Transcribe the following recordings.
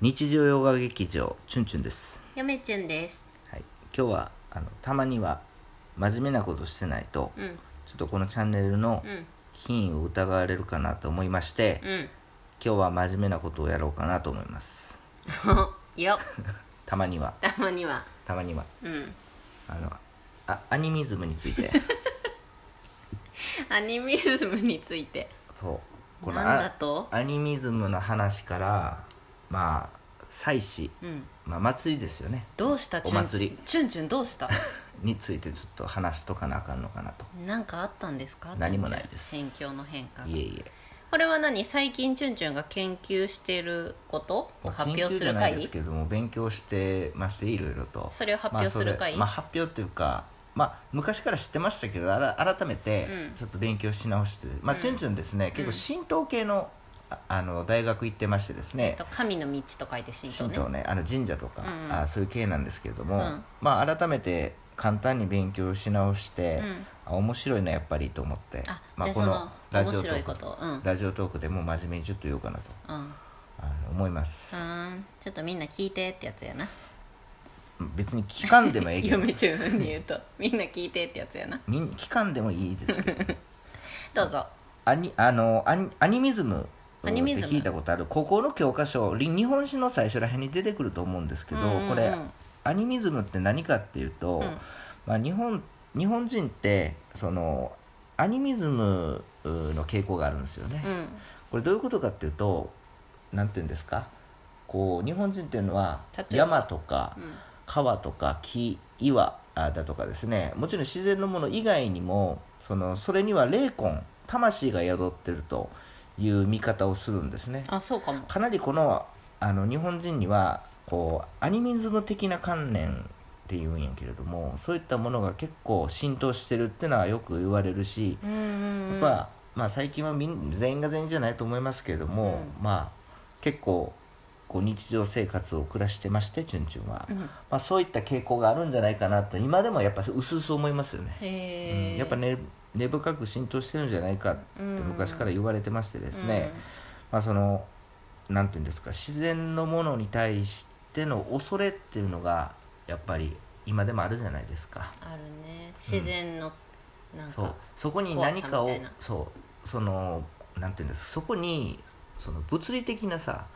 日常洋画劇場チュンチュンです、やめちゅんです。はい、今日はあのたまには真面目なことしてないとうん、ちょっとこのチャンネルのうん、品位を疑われるかなと思いましてうん。今日は真面目なことをやろうかなと思いますよ、たまにはたまには。たまにはうん。あのあアニミズムについ てアニミズムについて。そうこのなんだあとアニミズムの話からまあ祭祀、うん。まあ、祭りですよねどうしたおチュンチ祭ュンり。チュンチュンどうしたについてちょっと話しとかなあかんのかなと なんかあったんですか何もチュンなチュンいです心境の変化が。いえいえこれは何最近チュンチュンが研究してることをまあ発表す研究じゃるないです回けども勉強してましていろいろとそれを発表すまる会あそれまあ、発表っていうかまあ昔から知ってましたけどあら改めてうんちょっと勉強し直して、まあうんチュンチュンですね、結構神道系のああの大学行ってましてですね、神の道と書いて神道神ね。道ねあの神社とか、うんうんあそういう系なんですけれども、うんまあ改めて簡単に勉強し直して、うんあ面白いなやっぱりと思ってあ、まじゃあその、面白いこと。うん。ラジオトークでもう真面目にちょっと言おうかなとうん。あの思いますう、ーんちょっとみんな聞いてってやつやな別に聞かんでもええけど嫁中に言うとみんな聞いてってやつやなみん聞かんでもいいですけどどうぞアニあのアニアニミズムってアニミズム聞いたことあるここの教科書り日本史の最初らへんに出てくると思うんですけど、うんうんうんこれアニミズムって何かっていうと、うんまあ、日本日本人ってそのアニミズムの傾向があるんですよね、うんこれどういうことかっていうとなんて言うんですかこう日本人っていうのは例えば山とかうん川とか木岩あだとかですねもちろん自然のもの以外にもそのそれには霊魂魂が宿ってるという見方をするんですねあそうかもかなりこのあの日本人にはこうアニミズム的な観念っていうんやけれどもそういったものが結構浸透してるってのはよく言われるしうんうんやうんっぱ、まあ、最近はみん全員が全員じゃないと思いますけれども、まあ結構こう日常生活を暮らしてましてチュンチュンは。うんまあ、そういった傾向があるんじゃないかなと今でもやっぱり薄々思いますよね、へうえんやっぱね根深く浸透してるんじゃないかって昔から言われてましてですね、まあそのなんていうんですか自然のものに対しての恐れっていうのがやっぱり今でもあるじゃないですかあるね自然のなんそうかそこに何かを怖さみたいなそうそのなんていうんですかそこにその物理的なさ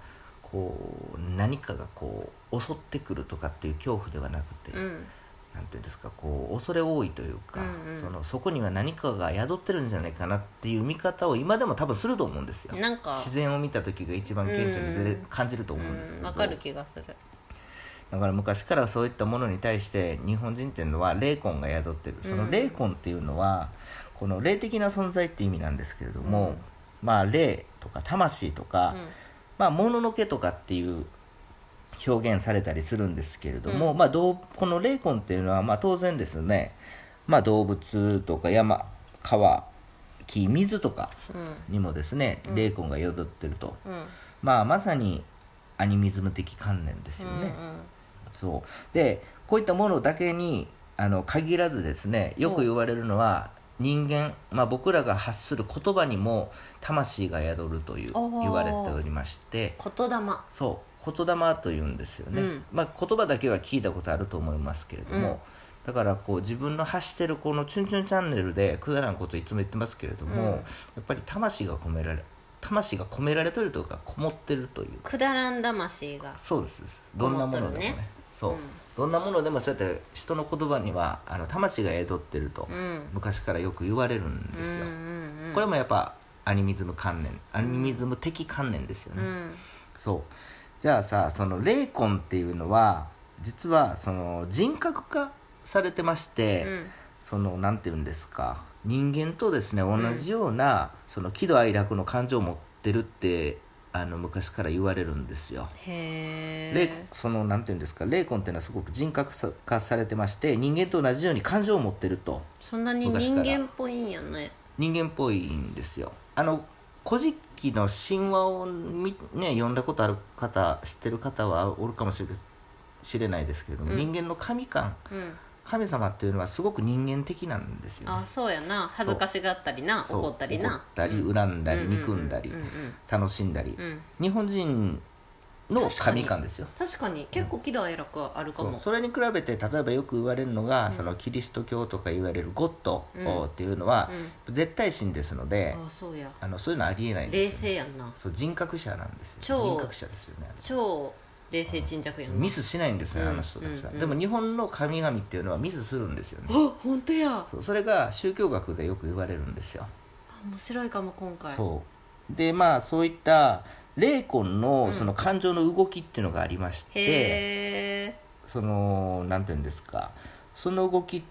こう何かがこう襲ってくるとかっていう恐怖ではなくて、うんなんていうんですかこう恐れ多いというか、うんうんそのそこには何かが宿ってるんじゃないかなっていう見方を今でも多分すると思うんですよなんか自然を見た時が一番顕著に出うんうれん感じるとう思うんですけんど、わかる気がするだから昔からそういったものに対して日本人っていうのは霊魂が宿ってるその霊魂っていうのはこの霊的な存在っていう意味なんですけれども、うんまあ霊とか魂とか、まあ、もののけとかっていう表現されたりするんですけれども、うんまあ、どうこの霊魂っていうのはまあ当然ですね、まあ、動物とか山川木水とかうんうんにもですねうん霊魂が宿ってると、うんまあ、まさにアニミズム的観念ですよね。うんそうでこういったものだけにあの限らずですねよく言われるのは人間、まあ、僕らが発する言葉にも魂が宿るというおー言われておりまして言霊そう言霊というんですよね、うんまあ、言葉だけは聞いたことあると思いますけれども、だからこう自分の発してるこの「チュンチュンチャンネル」でくだらんこといつも言ってますけれども、うんやっぱり魂が込められ魂が込められてるというかこもってるというくだらん魂がそうですですどんなものでもねこもっとるねそう、うんどんなものでもそうやって人の言葉にはあの魂が宿ってるとうん昔からよく言われるんですよ、うんうんうんこれもやっぱアニミズム観念アニミズム的観念ですようね、んそうじゃあさその霊魂っていうのは実はその人格化されてまして、うんそのなんて言うんですか人間とですね同じような、その喜怒哀楽の感情を持ってるってあの昔から言われるんですよへ霊えそのなんて言うんですか霊魂っていうのはすごく人格化されてまして人間と同じように感情を持ってるとそんなに人間っぽいんやね人間っぽいんですよあの「古事記」の神話をみ、ね、読んだことある方知ってる方はおるかもしれ知れないですけれども、うん人間の神観うん神様っていうのはすごく人間的なんですよ、あね、そうやな恥ずかしがったりなそう怒ったりな怒ったりう恨んだりうう憎んだりうんうん楽しんだりうん日本人の確かに神観ですよ確かに結構喜怒哀楽あるかそうもそれに比べて例えばよく言われるのが、うんそのキリスト教とか言われるゴッドうんっていうのはう、ん絶対神ですので、ああそうやあのそういうのはありえないん冷ですよ、静ね、やんなそう人格者なんですよ超人格者ですよね超冷静沈着やんなミスしないんですよ、うんあの人たちは、うんうんでも日本の神々っていうのはミスするんですよねあ本当やそうそれが宗教学でよく言われるんですよ、あ面白いかも今回そうでまあそういった霊魂うのんその感情の動きっていうのがありまして、へえそのなんていうんですかその動き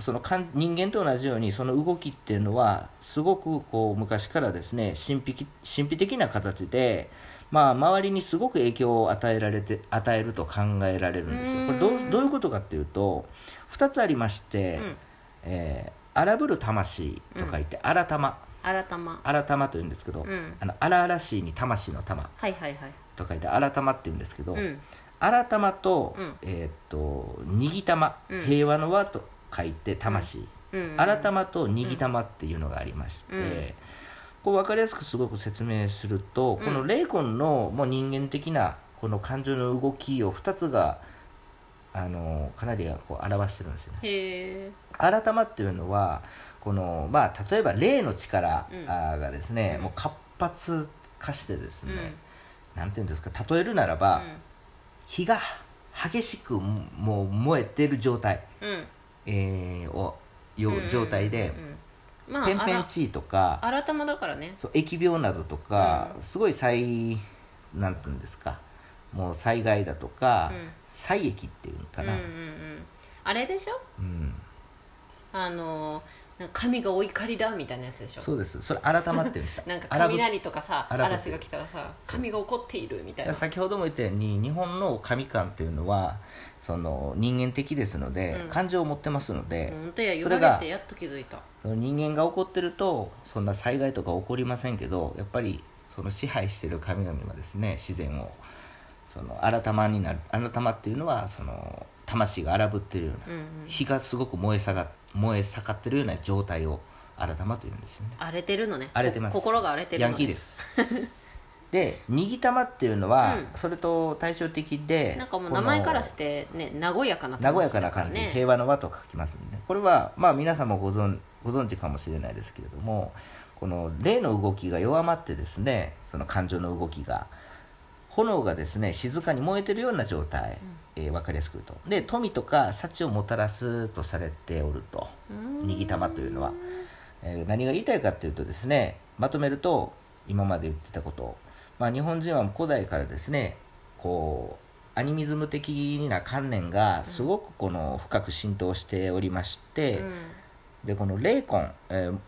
そのかん人間と同じようにその動きっていうのはすごくこう昔からですね神秘き神秘的な形で、まあ、周りにすごく影響を与えられて与えると考えられるんですよ。これどうーんうどういうことかっていうと2つありまして、うんえー荒ぶる魂と書いて荒玉新たま荒玉というんですけど、うんあの荒々しいに魂の玉はいはいはいと書いて荒玉っていうんですけど、うん新玉と、うんえーっと握玉、うん平和の和と書いて魂、うん新玉と握玉っていうのがありまして、うんこう分かりやすくすごく説明すると、うんこの霊魂のもう人間的なこの感情の動きを2つがあのかなりこう表してるんですよね。へえ新玉っていうのはこの、まあ、例えば霊の力うんあーがですね、うんもう活発化してですうね、んなんていうんですか例えるならば、火が激しくもう燃えてる状態、うんえーをようん状態で、うんうんまあ天変地異とかあら新たまだからねそう疫病などとか、うんすごい災なんていうんですかもう災害だとか、うん災疫っていうのかな、うんうんうんあれでしょうんあのなんか神がお怒りだみたいなやつでしょそうですそれ改まってるんですよ なんか荒ぶ雷とかさ荒ぶ嵐が来たらさ神が怒っているみたいな先ほども言ったように日本の神観っていうのはその人間的ですので、うん感情を持ってますので、本当や言そわれれがてやっと気づいたその人間が怒ってるとそんな災害とか起こりませんけどやっぱりその支配してる神々はですね自然をその改まになる改まっていうのはその魂が荒ぶってるよううんな、うん火がすごく燃えさが燃え盛ってるような状態を改まというんですよね荒れてるのね荒れてますこ心が荒れてるのヤンキーです で握玉っていうのは、うんそれと対照的でなんかもう名前からしててね和やかな和や感じかなだら感じ、ね平和の和と書きますんでねこれはまあ皆さんもご存ご存知かもしれないですけれどもこの霊の動きが弱まってですねその感情の動きが炎がですね静かに燃えてるような状態、えー分かりやすく言うとで富とか幸をもたらすとされておると、うん握玉というのは、えー何が言いたいかっていうとですねまとめると今まで言ってたことを、まあ、日本人は古代からですねこうアニミズム的な観念がすごくこの深く浸透しておりまして、うんでこの霊魂、えー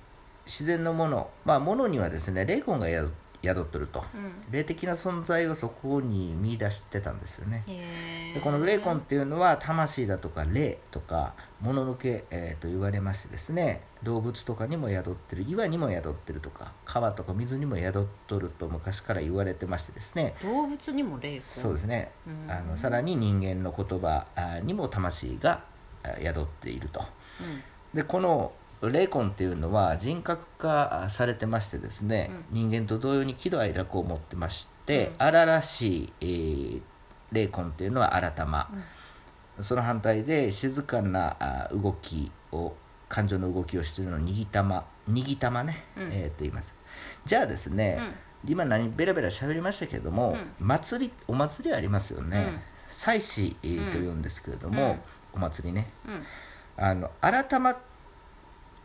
自然のものまあものにはですね霊魂が宿宿っとるとうん霊的な存在をそこに見出してたんですよね。へーでこの霊魂っていうのは魂だとか霊とか物のけ、えーと言われましてですね動物とかにも宿ってる岩にも宿ってるとか川とか水にも宿っとると昔から言われてましてですね動物にも霊魂そうですねうんあのさらに人間の言葉あにも魂があ宿っているとうんでこの霊魂っていうのは人格化されてましてですね、人間と同様に喜怒哀楽を持ってまして、う荒々しい、えー霊魂っていうのは新たま、その反対で静かなあ動きを感情の動きをしているのを握たま握たまね、うんえーと言いますじゃあですね、今何ベラベラ喋りましたけれども、う祭りお祭りありますよね、うん祭祀、えーとうん言うんですけれども、うおん祭りねうんうんあの新玉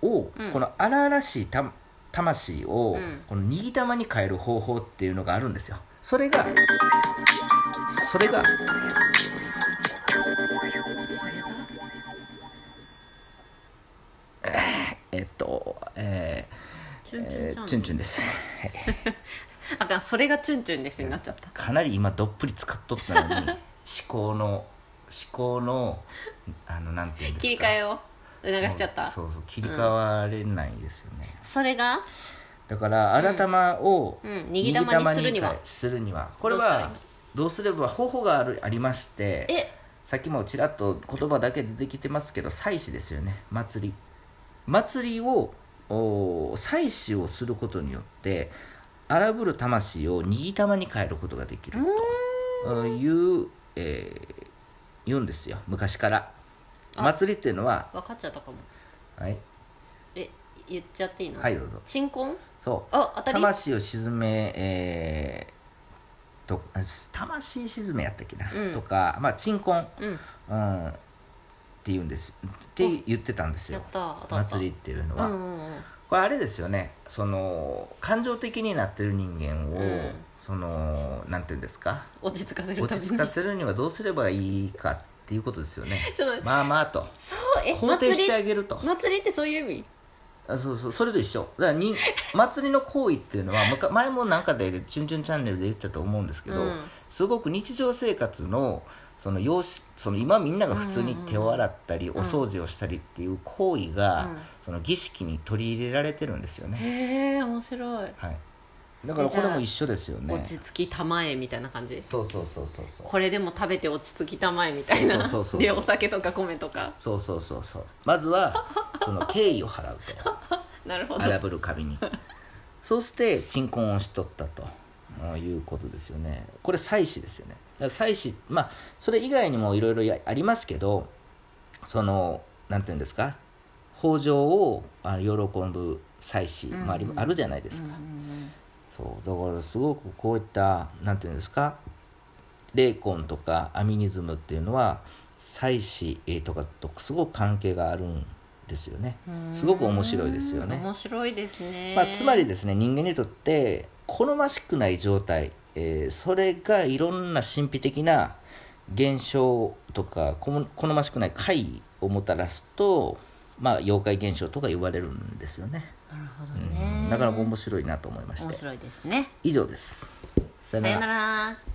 を、うんこの荒々しいた魂を、うんこの握り玉に変える方法っていうのがあるんですよそれがそれがそれがえっとえチーュンチュンえちゃーんチュンチュンですあかんそれがチュンチュンですになっちゃったかなり今どっぷり使っとった のに思考の思考のあのなんていうんですか切り替えを促しちゃっもうたそうそう切り替われないですよね、それがだから新玉をうんうん握り玉にするに握り玉には変えするにはこれどうしたらいいはどうすれば方法があるありましてえさっきもちらっと言葉だけ出てきてますけど祭祀ですよね祭り祭りをおー祭祀をすることによって荒ぶる魂を握り玉に変えることができるうーんうんいう、えー言うんですよ昔からあ祭りっていうのは分かっちゃったかもはい、え言っちゃっていいのはい、どうぞ鎮魂そうあ当たり魂を沈め、えーとあ魂沈めやったっけな、うんとかまあ鎮魂、うんうん、って言うんですって言ってたんですやっよた当たった祭りっていうのうは、んうんうんこれあれですよねその感情的になってる人間を、うんそのなんて言うんですか落ち着かせる落ためちに着かせるにはどうすればいいかっていうことですよね ちょっと待ってまあまあとそうえ肯定してあ祭りげると祭りってそういう意味あそうそうそれと一緒だから に祭りの行為っていうのはむか前もなんかで「チュンチュンチャンネル」で言ったと思うんですけど、うんすごく日常生活のその様式その今みんなが普通に手を洗ったり、んうんお掃除をしたりっていう行為が、うんその儀式に取り入れられてるんですよね、へえ面白いはい、だからこれも一緒ですよ落ねち着きたまえみたいな感じそうそうそうそうそうこれでも食べて落ち着きたまえみたいなそうそうそうそうでお酒とか米とかそうそうそうそうまずはその敬意を払うとなるほど荒ぶる神 にそうして鎮魂をしとったとあいうことですよねこれ祭祀ですよねだから祭祀まあそれ以外にもいろいろありますけどそのなんていうんですか北条をあ喜ぶ祭祀もあり、うんうんあるじゃないですか、そうだからすごくこういったなんていうんですか霊魂とかアミニズムっていうのは祭祀とかとすごく関係があるんですよね、すごく面白いですよね面白いですね、まあ、つまりですね人間にとって好ましくない状態、えーそれがいろんな神秘的な現象とかこも好ましくない怪異をもたらすと、まあ、妖怪現象とか言われるんですよね、なるほどうんねなかなか面白いなと思いまし面て白いですね以上ですさよなら